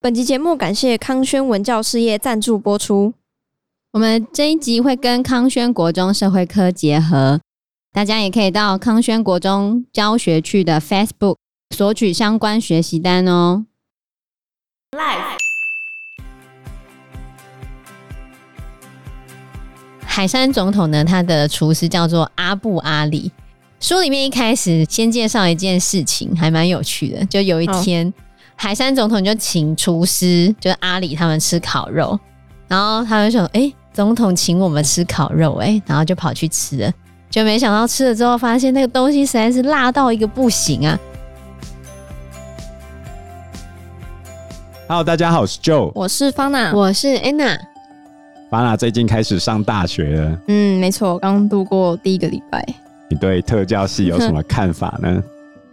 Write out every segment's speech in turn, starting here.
本集节目感谢康轩文教事业赞助播出。我们这一集会跟康轩国中社会科结合，大家也可以到康轩国中教学区的 Facebook 索取相关学习单哦。海山总统呢，他的厨师叫做阿布阿里。书里面一开始先介绍一件事情，还蛮有趣的。就有一天，海山总统就请厨师，就是阿里他们吃烤肉，然后他们就想，哎、总统请我们吃烤肉、诶哎，然后就跑去吃了，就没想到吃了之后，发现那个东西实在是辣到一个不行啊！ Hello，大家好，我是 Joe。我是方娜，我是 Anna，巴娜最近开始上大学了，嗯，没错，我刚度过第一个礼拜，你对特教系有什么看法呢？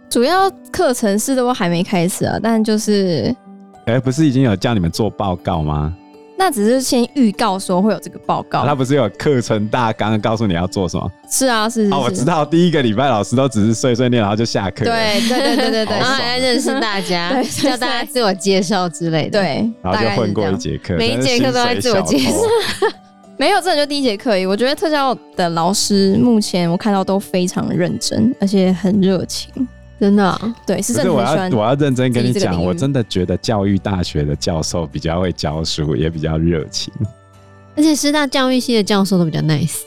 主要课程是都还没开始啊，但就是嗯哎、不是已经有叫你们做报告吗？那只是先预告说会有这个报告。他不是有课程大纲告诉你要做什么？是啊，是是哦，我是知道，第一个礼拜老师都只是碎碎念，然后就下课。，对对对对对好然后爽对啊还认识大家，对对叫大家自我介绍之类的。，对，然后大就概是混过这一哦样节课，每一节课都在自我介绍真是薪水小偷。没有，这就第一节课而已。我觉得特教的老师目前我看到都非常认真，而且很热情。真的、对，是不真是的我很喜要欢。我要认真跟你自己这个讲，领域我真的觉得教育大学的教授比较会教书，也比较热情。而且师大教育系的教授都比较 nice。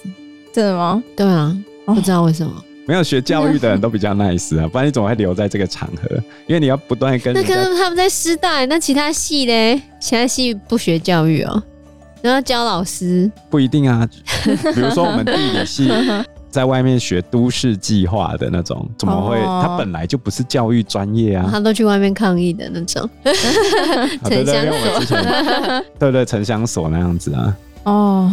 真的吗？对啊，哦不知道为什么。没有学教育的人都比较 nice 啊，不然你怎么会留在这个场合？因为你要不断地跟那人可家能他们在师大，那其他系嘞，其他系不学教育哦、然后教老师，不一定啊，比如说我们地理系在外面学都市计划的那种，怎么会？哦他本来就不是教育专业啊，他都去外面抗议的那种。啊对不对？城乡因为我们之前对对城乡所那样子啊，哦，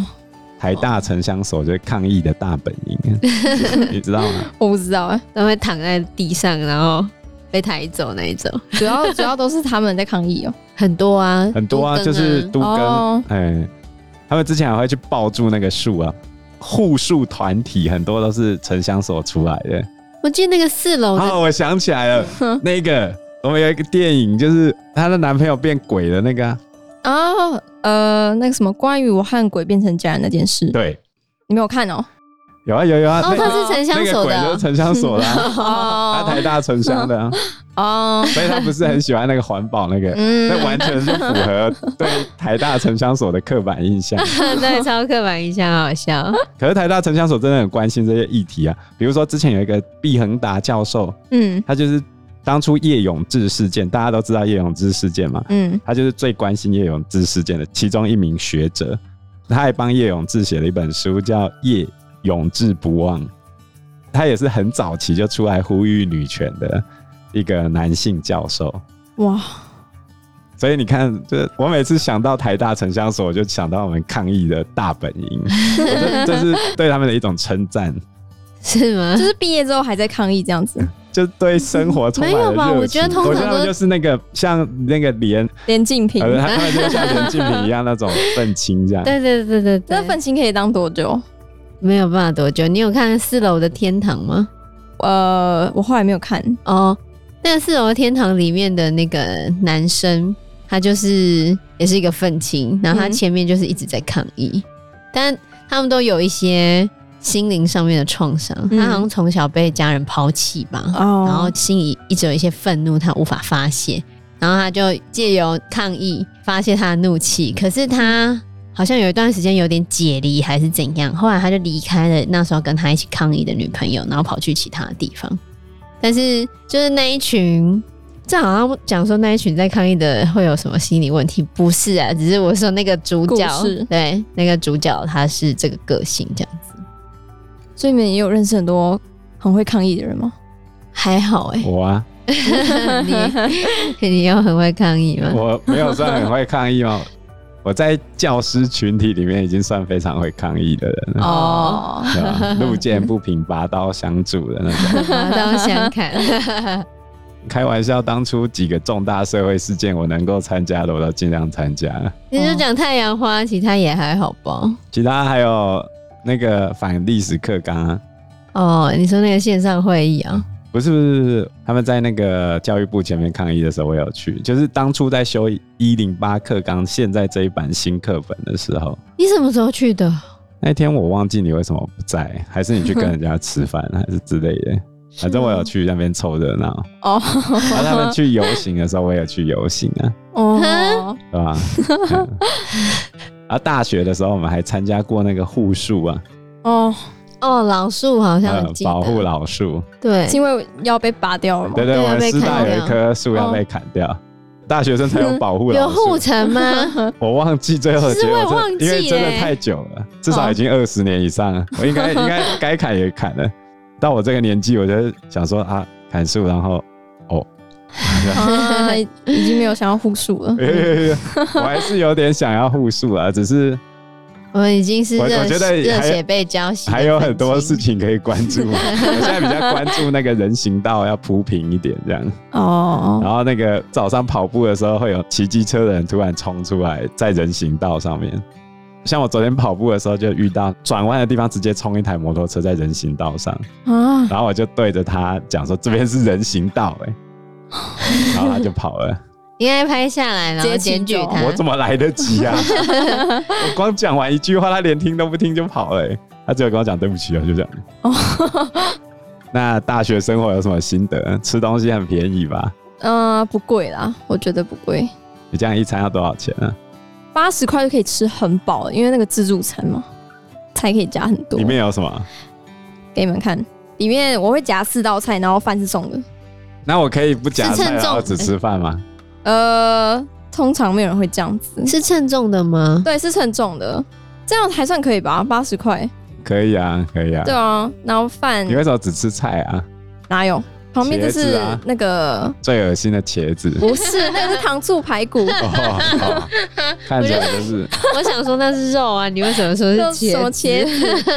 台大城乡所就是抗议的大本营，啊你知道吗？我不知道哎，都会躺在地上，然后被抬走那一种，主 要主要都是他们在抗议哦。很多啊，很多啊，都更就是都哦跟哎，他们之前还会去抱住那个树啊。护树团体很多都是城乡所出来的。我记得那个四楼的，哦，我想起来了，那个我们有一个电影，就是她的男朋友变鬼的那个啊、哦，呃，那个什么，关于我和鬼变成家人那件事，对，你没有看哦？有啊有啊有啊，哦，那他是城乡那个所鬼的就是啊，城乡所 的、啊，他 哦台大城乡的、啊，哦，所以他不是很喜欢那个环保那个，那嗯，完全是符合对台大城乡所的刻板印象。 对，超刻板印象，好好笑。可是台大城乡所真的很关心这些议题啊，比如说之前有一个毕恒达教授，嗯他就是当初叶永志事件，大家都知道叶永志事件嘛，嗯，他就是最关心叶永志事件的其中一名学者，他还帮叶永志写了一本书，叫《叶永志不忘》。他也是很早期就出来呼吁女权的一个男性教授，哇，所以你看，这我每次想到台大城乡所，我就想到我们抗议的大本 营，我这这是对他们的一种称赞，是吗就？是毕业之后还在抗议这样子，就对生活充满没有吧了热我觉得情通常我觉得他们都啊就是那个像那个连，连竞品，呃，他他们就像连静平一样那种愤青这样。 对对对对对，那愤青可以当多久？没有办法多久。你有看四楼的天堂吗？呃，我后来没有看，哦，那个四楼天堂里面的那个男生，他就是也是一个愤青，然后他嗯前面就是一直在抗议，但他们都有一些心灵上面的创伤，嗯他好像从小被家人抛弃吧，哦然后心里一直有一些愤怒，他无法发泄，然后他就借由抗议发泄他的怒气，可是他。好像有一段时间有点解离还是怎样，后来他就离开了那时候跟他一起抗议的女朋友，然后跑去其他地方。但是就是那一群，这好像讲说那一群在抗议的会有什么心理问题？不是啊，只是我说那个主角故事，对，那个主角他是这个个性这样子，所以你们也有认识很多很会抗议的人吗？还好哎、我啊， 你 你又很会抗议 吗？我没有算很会抗议哦，我在教师群体里面已经算非常会抗议的人了，哦，对吧？路见不平，拔刀相助的那种。 拔刀相 看，开玩笑，当初几个重大社会事件，我能够参加的，我都尽量参加。你就讲太阳花，其他也还好吧。其他还有那个反历史课纲啊，哦哦，你说那个线上会议啊？不是不是不是，他们在那个教育部前面抗议的时候，我有去，就是当初在修一零八课纲，现在这一版新课本的时候，你什么时候去的？那天我忘记你为什么不在，还是你去跟人家 吃饭，还是之类的。啊反正我有去那边凑热闹，哦然后他们去游行的时候，我也有去游行啊，哦，对吧？ 嗯啊，大学的时候我们还参加过那个护树啊，呃哦，哦，老树好像有记得保护老树。对是因为要被拔掉了吗？对对，对我要们被师大砍有一掉哦棵树要被砍掉，大学生才有保护 有老护树。城 吗？我忘记最后的结其实果我也真的，忘记因为真的耶太久了，至少已经二十年以上了。我应该应该该砍也砍了，到我这个年纪，我就想说啊，砍树，然后哦，啊，已已经没有想要护树了。我还是有点想要护树啊，只是我们已经是我我热觉得血热还血被浇熄，还有很多事。情可以关注。我现在比较关注那个人行道要铺平一点这样。哦，然后那个早上跑步的时候，会有骑机车的人突然冲出来，在人行道上面。像我昨天跑步的时候，就遇到转弯的地方直接冲一台摩托车在人行道上，啊，然后我就对着他讲说：“这边是人行道、欸，然后他就跑了，应该拍下来，然后直接检举请走他。我怎么来得及啊？我光讲完一句话，他连听都不听就跑了、欸他只有跟我讲对不起哦，就这样。 那大学生活有什么心得？吃东西很便宜吧？嗯，不贵啦，我觉得不贵，你这样一餐要多少钱啊？八十块就可以吃很饱了，因为那个自助餐嘛，菜可以加很多。里面有什么？给你们看，里面我会夹四道菜，然后饭是送的。那我可以不夹是菜，称重然后只吃饭吗？呃，通常没有人会这样子，是称重的 吗？对，是称重的，这样还算可以吧？八十块，可以啊，可以啊。对啊。然后饭你为什么只吃菜啊？哪有？旁边就茄子是啊那个，最恶心的 茄子。不是，那个是糖醋排 骨，哦，哦看起来就是，我想说那是肉啊，你 为什么说是就茄子？什么茄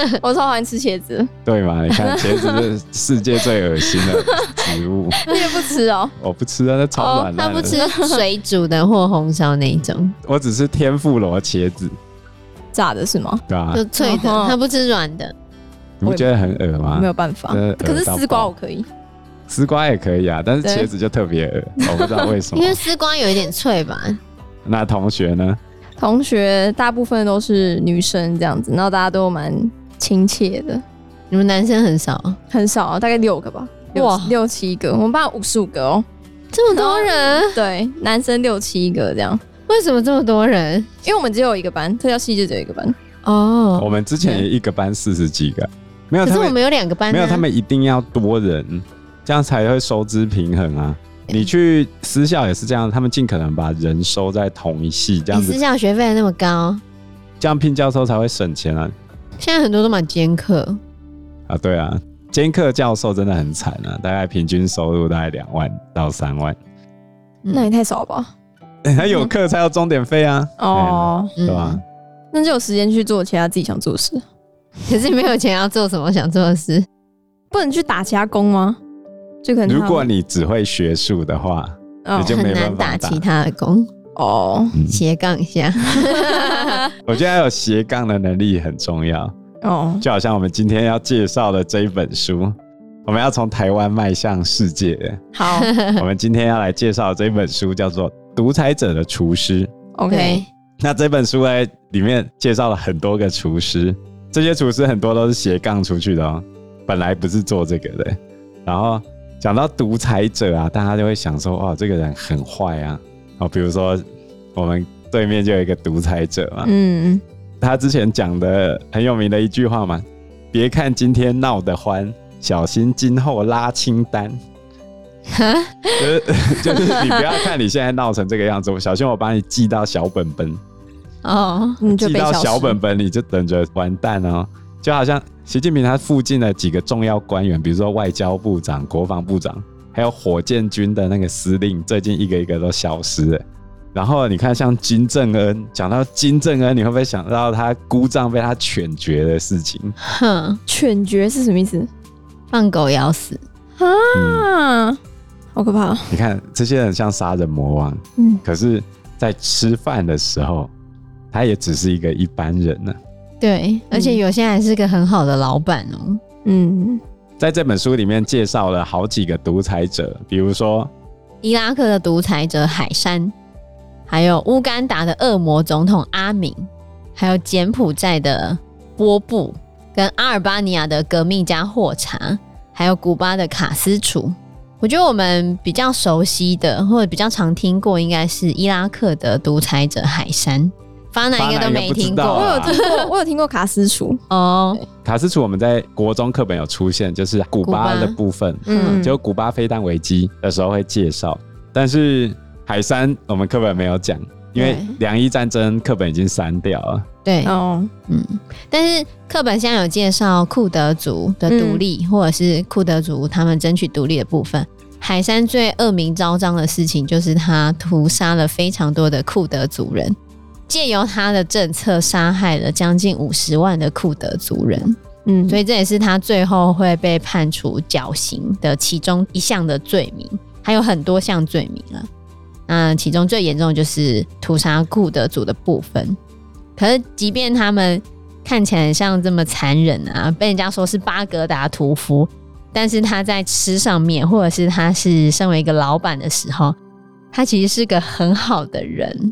子， 我超讨厌吃茄 子，对嘛？你看茄子是世界最恶心的植物，你也不吃哦。我不吃啊，那超哦软，他烂不的。吃 水煮的或红烧那一种，我只吃天妇罗茄子，炸的是吗？对吧就？脆的，哦他不吃软的。你不觉得很恶吗没？有办法呃，可是呃丝到瓜爆我可以。丝瓜也可以啊，但是对茄子就特别恶，我不知道为什因么为。丝瓜有一点脆吧，那同学呢？同学大部分都是女生这样子，然后大家都蛮亲切的，你们男生很少，很少啊，大概六个吧，哇六六七个，我们班五十五个哦、这么多人，对，啊男生六七个这样，为什么这么多人？因为我们只有一个班，特教系就只有一个班，哦，我们之前也一个班四十几个，没有可他是们我们有两个班、啊，没有，他们一定要多人，这样才会收支平衡啊。你去私校也是这样，他们尽可能把人收在同一系，这样你私子，校学费那么高，这样聘教授才会省钱啊。现在很多都买兼课，啊，对啊，兼课教授真的很惨啊，大概平均收入大概两万到三万，嗯那也太少吧？他有课才有钟点费啊，哦，嗯对啊吧？那就有时间去做其他自己想做的事，可是没有钱要做什么想做的事，不能去打其他工吗？就可能他如果你只会学术的话，哦你就没很难办法打打其他的工，哦嗯斜杠一下。我觉得要有斜杠的能力很重要。哦，就好像我们今天要介绍的这一本书，我们要从台湾迈向世界的。 好我们今天要来介绍的这本书叫做《独裁者的厨师》。 ，OK，那这本书呢，里面介绍了很多个厨师，这些厨师很多都是斜杠出去的哦，本来不是做这个的。然后讲到独裁者啊，大家就会想说，哇，这个人很坏啊。哦，比如说我们对面就有一个独裁者嘛，嗯，他之前讲的很有名的一句话嘛，别看今天闹得欢，小心今后拉清单。就是 就是你不要看你现在闹成这个样子，我小心我把你记到小本本，哦，你嗯就记被到消失小本本你就等着完蛋哦。就好像习近平他附近的几个重要官员，比如说外交部长、国防部长，还有火箭军的那个司令，最近一个一个都消失了。然后你看，像金正恩，讲到金正恩，你会不会想到他姑丈被他犬绝的事 情？哼，犬绝是什么意思放狗咬死，嗯，啊？好可怕哦，你看这些人像杀人魔王，嗯，可是，在吃饭的时候，他也只是一个一般人呢、对，而且有些还是个很好的老板哦，嗯，在这本书里面介绍了好几个独裁者，比如说伊拉克的独裁者海山，还有乌干达的恶魔总统阿敏，还有柬埔寨的波布，跟阿尔巴尼亚的革命家霍查，还有古巴的卡斯楚。我觉得我们比较熟悉的，或者比较常听过，应该是伊拉克的独裁者海山。发哪一个都没听过巴我有拿应该不听 知过，我有听过卡斯楚，哦，卡斯楚，我们在国中课本有出现，就是古巴古巴的部分，嗯哦就古巴飞弹危机的时候会介绍，但是海山我们课本没有讲，因为对两伊战争课本已经删掉了。对，哦，嗯，但是课本现在有介绍库德族的独立，或者是库德族他们争取独立的部分。海山最恶名昭彰的事情就是他屠杀了非常多的库德族人，借由他的政策杀害了将近五十万的库德族人，嗯，所以这也是他最后会被判处绞刑的其中一项的罪名，还有很多项罪名啊。那其中最严重的就是屠杀库德族的部分。可是，即便他们看起来很像这么残忍啊，被人家说是巴格达屠夫，但是他在吃上面，或者是他是身为一个老板的时候，他其实是个很好的人。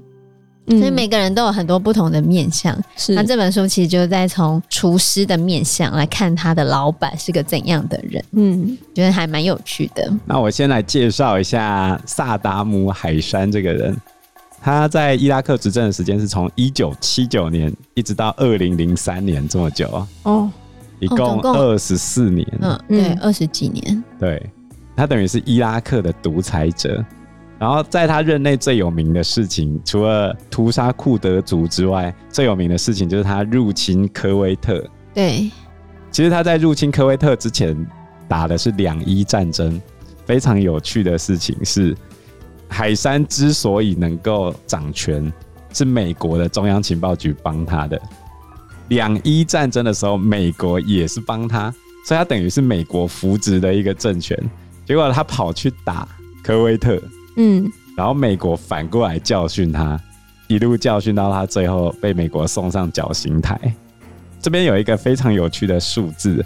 以所以每个人都有很多不同的面相。嗯是那这本书其实就是在从厨师的面相来看他的老板是个怎样的人，嗯觉得还蛮有趣的。那我先来介绍一下萨达姆海山这个人，他在伊拉克执政的时间是从一九七九年一直到二零零三年这么久哦，哦，一总共共二十四年。嗯，对，二十几年，对，他等于是伊拉克的独裁者。然后在他任内最有名的事情，除了屠杀库德族之外，最有名的事情就是他入侵科威特。对，其实他在入侵科威特之前打的是两伊战争。非常有趣的事情是，海山之所以能够掌权，是美国的中央情报局帮他的。两伊战争的时候，美国也是帮他，所以他等于是美国扶植的一个政权。结果他跑去打科威特，嗯然后美国反过来教训他，一路教训到他最后被美国送上绞刑台。这边有一个非常有趣的数字，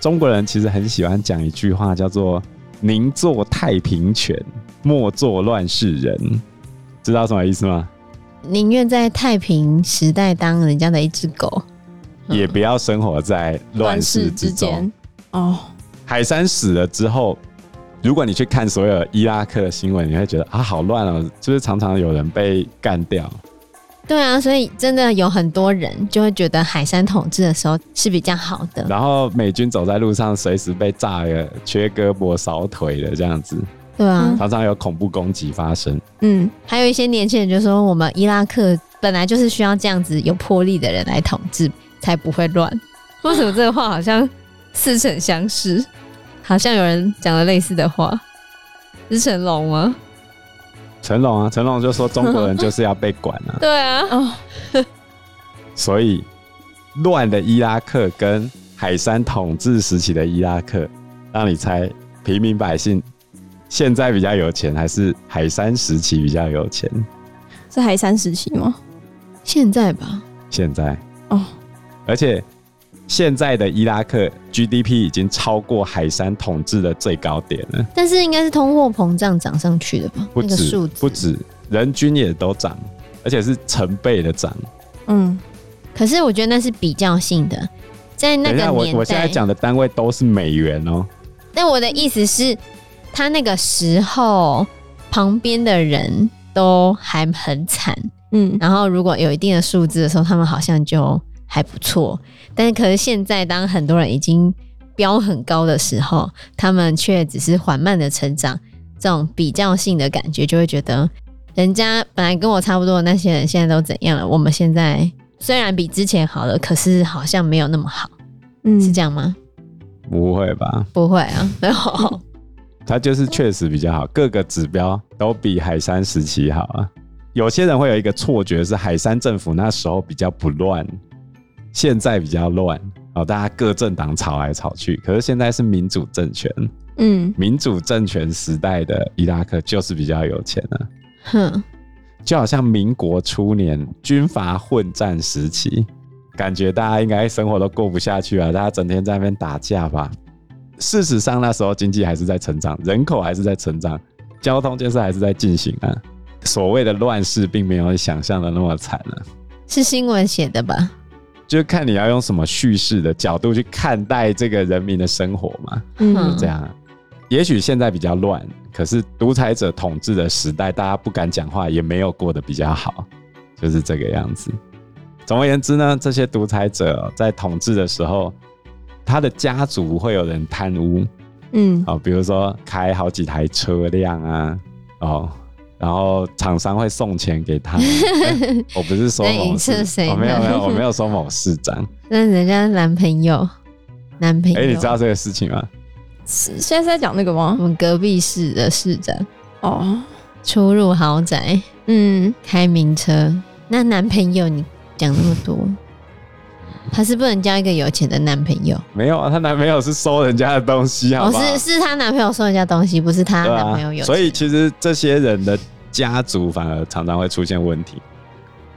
中国人其实很喜欢讲一句话，叫做“宁做太平犬，莫做乱世人”，知道什么意思吗？宁愿在太平时代当人家的一只狗。嗯也不要生活在乱世之中。，哦，海山死了之后，如果你去看所有伊拉克的新闻，你会觉得啊，好乱哦，就是常常有人被干掉。对啊，所以真的有很多人就会觉得海山统治的时候是比较好的。然后美军走在路上，随时被炸了，缺胳膊少腿的这样子，对啊，嗯常常有恐怖攻击发生。嗯还有一些年轻人就说，我们伊拉克本来就是需要这样子有魄力的人来统治，才不会乱。为什么这个话好像似曾相识？好像有人讲了类似的话，是成龙吗？成龙啊，成龙就说中国人就是要被管 啊，对啊，哦，所以乱的伊拉克跟海山统治时期的伊拉克，让你猜平民百姓现在比较有钱，还是海山时期比较有钱？是海山时期吗？现在吧，现在哦，而且现在的伊拉克 GDP 已经超过海山统治的最高点了。但是应该是通货膨胀涨上去的吧？不那个止、数不字。止，人均也都涨，而且是成倍的涨。嗯，可是我觉得那是比较性的，在那等一个下，我年代，我现在讲的单位都是美元哦。但我的意思是，他那个时候旁边的人都还很惨，嗯，然后如果有一定的数字的时候，他们好像就还不错。但是可是现在，当很多人已经标很高的时候，他们却只是缓慢的成长，这种比较性的感觉就会觉得，人家本来跟我差不多的那些人现在都怎样了，我们现在虽然比之前好了，可是好像没有那么好，嗯是这样吗？不会吧？不会啊， 没有。它就是确实比较好，各个指标都比海山时期好啊。有些人会有一个错觉，是海山政府那时候比较不乱，现在比较乱哦，大家各政党吵来吵去。可是现在是民主政权，嗯民主政权时代的伊拉克就是比较有钱啊。哼，就好像民国初年军阀混战时期，感觉大家应该生活都过不下去啊，大家整天在那边打架吧。事实上那时候经济还是在成长，人口还是在成长，交通建设还是在进行啊。所谓的乱世并没有想象的那么惨啊，是新闻写的吧？就看你要用什么叙事的角度去看待这个人民的生活嘛。嗯嗯这样啊。也许现在比较乱，可是独裁者统治的时代，大家不敢讲话，也没有过得比较好，就是这个样子。总而言之呢，这些独裁者哦在统治的时候，他的家族会有人贪污嗯，啊、哦比如说开好几台车辆啊，哦，然后厂商会送钱 给他。哎我不是说那某你市是谁哦，没有呢没有，我没有说某市 长。那人家男朋友，男朋友，哎、你知道这个事情吗？是现在是在讲那个我吗？们隔壁市的市长哦，出入豪宅，嗯，开名车。那男朋友你讲那么多，嗯他是不能交一个有钱的男朋友。没有啊，她男朋友是收人家的东西，好哦，不好？是是她男朋友送人家东西，不是她对男朋友有钱、啊。所以其实这些人的家族反而常常会出现问题，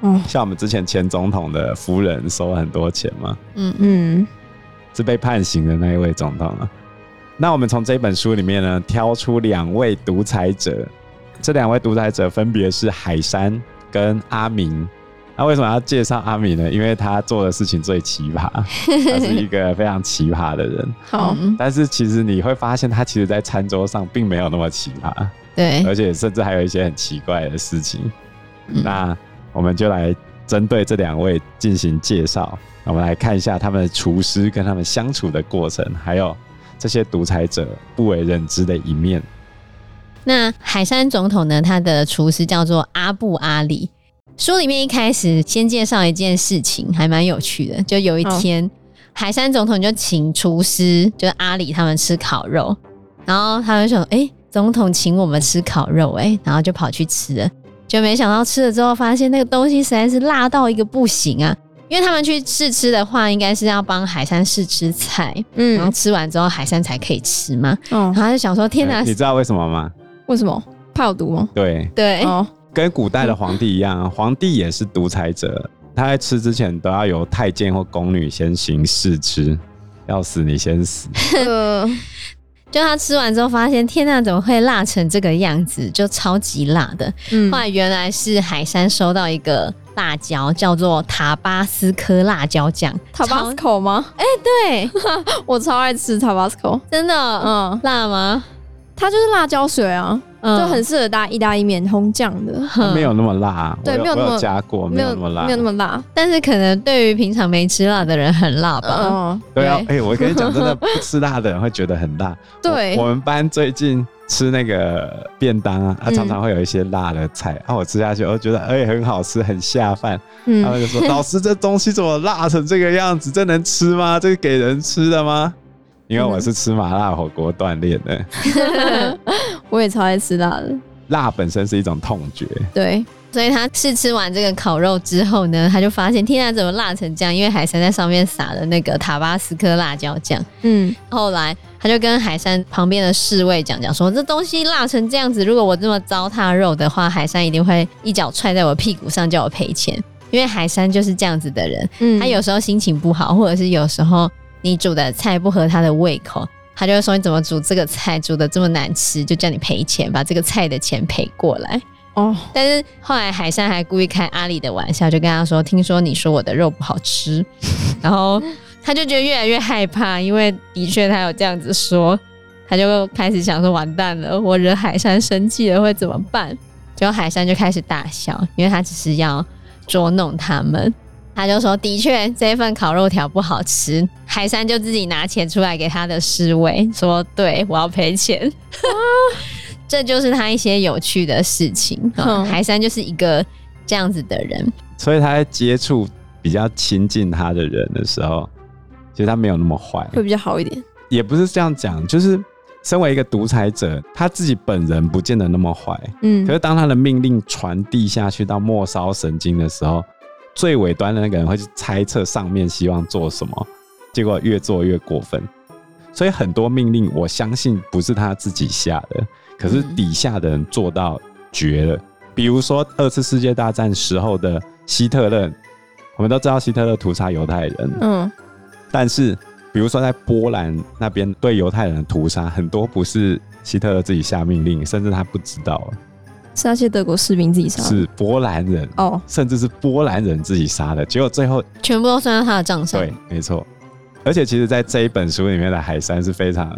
哦，像我们之前前总统的夫人收了很多钱嘛，嗯嗯，嗯，是被判刑的那一位总统啊。那我们从这本书里面呢，挑出两位独裁者，这两位独裁者分别是海山跟阿明。那为什么要介绍阿明呢？因为他做的事情最奇 葩，他是一个非常奇葩的人。好，嗯但是其实你会发现，他其实在餐桌上并没有那么奇葩。对，而且甚至还有一些很奇怪的事情。嗯那我们就来针对这两位进行介绍，我们来看一下他们的厨师跟他们相处的过程，还有这些独裁者不为人知的一面。那海山总统呢，他的厨师叫做阿布阿里。书里面一开始先介绍一件事情，还蛮有趣的。就有一天，海山总统就请厨师，就是阿里他们吃烤肉，然后他们就说：“哎、总统请我们吃烤肉、诶哎，然后就跑去吃了。就没想到吃了之后，发现那个东西实在是辣到一个不行啊！因为他们去试吃的话，应该是要帮海山试吃菜，然后嗯，吃完之后海山才可以吃嘛。哦然，后他就想说：天哪、呃你知道为什么吗？为什么怕有毒吗？对，对，哦，跟古代的皇帝一样啊，皇帝也是独裁者，他在吃之前都要由太监或宫女先行试吃，要死你 先死。 呃，就他吃完之后发现，天呐，怎么会辣成这个样子？就超级辣的。嗯后来原来是海山收到一个辣椒，叫做塔巴斯科辣椒酱。超，Tabasco 吗？对， 我超爱吃 Tabasco，真的、嗯，辣吗？它就是辣椒水啊，嗯，就很适合搭意大利面红酱的，它没有那么辣啊，对我没有那么我有加过，哦没有那么辣，没有那么辣，但是可能对于平常没吃辣的人很辣吧。嗯，对啊，哎、对我跟你讲，真 的不吃辣的人会觉得很辣。对我，我们班最近吃那个便当啊，啊嗯常常会有一些辣的菜，啊，我吃下去，我就觉得哎、很好吃，很下饭。他嗯，们就 说：“老师，这东西怎么辣成这个样子？这能吃吗？这是给人吃的吗？”因为我是吃麻辣火锅锻炼嗯的， 我也超爱吃辣的，辣本身是一种痛觉。对，所以他试吃完这个烤肉之后呢，他就发现，天呐，怎么辣成这样？因为海山在上面撒了那个塔巴斯科辣椒酱。嗯，后来他就跟海山旁边的侍卫讲讲说，这东西辣成这样子，如果我这么糟蹋肉的话，海山一定会一脚踹在我屁股上叫我赔钱。因为海山就是这样子的人，嗯，他有时候心情不好，或者是有时候你煮的菜不合他的胃口，他就会说你怎么煮这个菜煮的这么难吃，就叫你赔钱，把这个菜的钱赔过来。哦，但是后来海山还故意开阿里的玩笑，就跟他说：“听说你说我的肉不好吃。”然后他就觉得越来越害怕，因为的确他有这样子说，他就开始想说：“完蛋了，我惹海山生气了会怎么办？”结果海山就开始大笑，因为他只是要捉弄他们。他就说：“的确，这份烤肉条不好吃。”海山就自己拿钱出来给他的侍卫，说：“对我要赔钱。”这就是他一些有趣的事情。嗯海山就是一个这样子的人，所以他在接触比较亲近他的人的时候，其实他没有那么坏。会比较好一点，也不是这样讲，就是身为一个独裁者，他自己本人不见得那么坏，嗯可，是当他的命令传递下去到末梢神经的时候，最尾端的那个人会去猜测上面希望做什么，结果越做越过分。所以很多命令，我相信不是他自己下的，可是嗯底下的人做到绝了。比如说二次世界大战时候的希特勒，我们都知道希特勒屠杀犹太人，嗯，但是比比如说在波兰那边对犹太人的屠杀，很多不是希特勒自己下命令，甚至他不知道，是那些德国士兵自己杀的。是波兰人，哦，甚至是波兰人自己杀的。结果最后全部都算到他的账上。对，没错。而且其实，在这一本书里面的海山是非常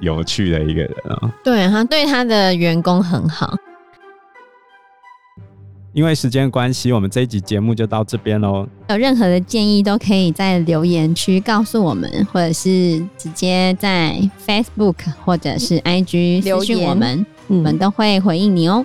有趣的一个人啊、对，他对他的员工很好。因为时间关系，我们这一集节目就到这边喽。有任何的建议都可以在留言区告诉我们，或者是直接在 Facebook 或者是 IG 留私讯言我们，嗯我们都会回应你哦。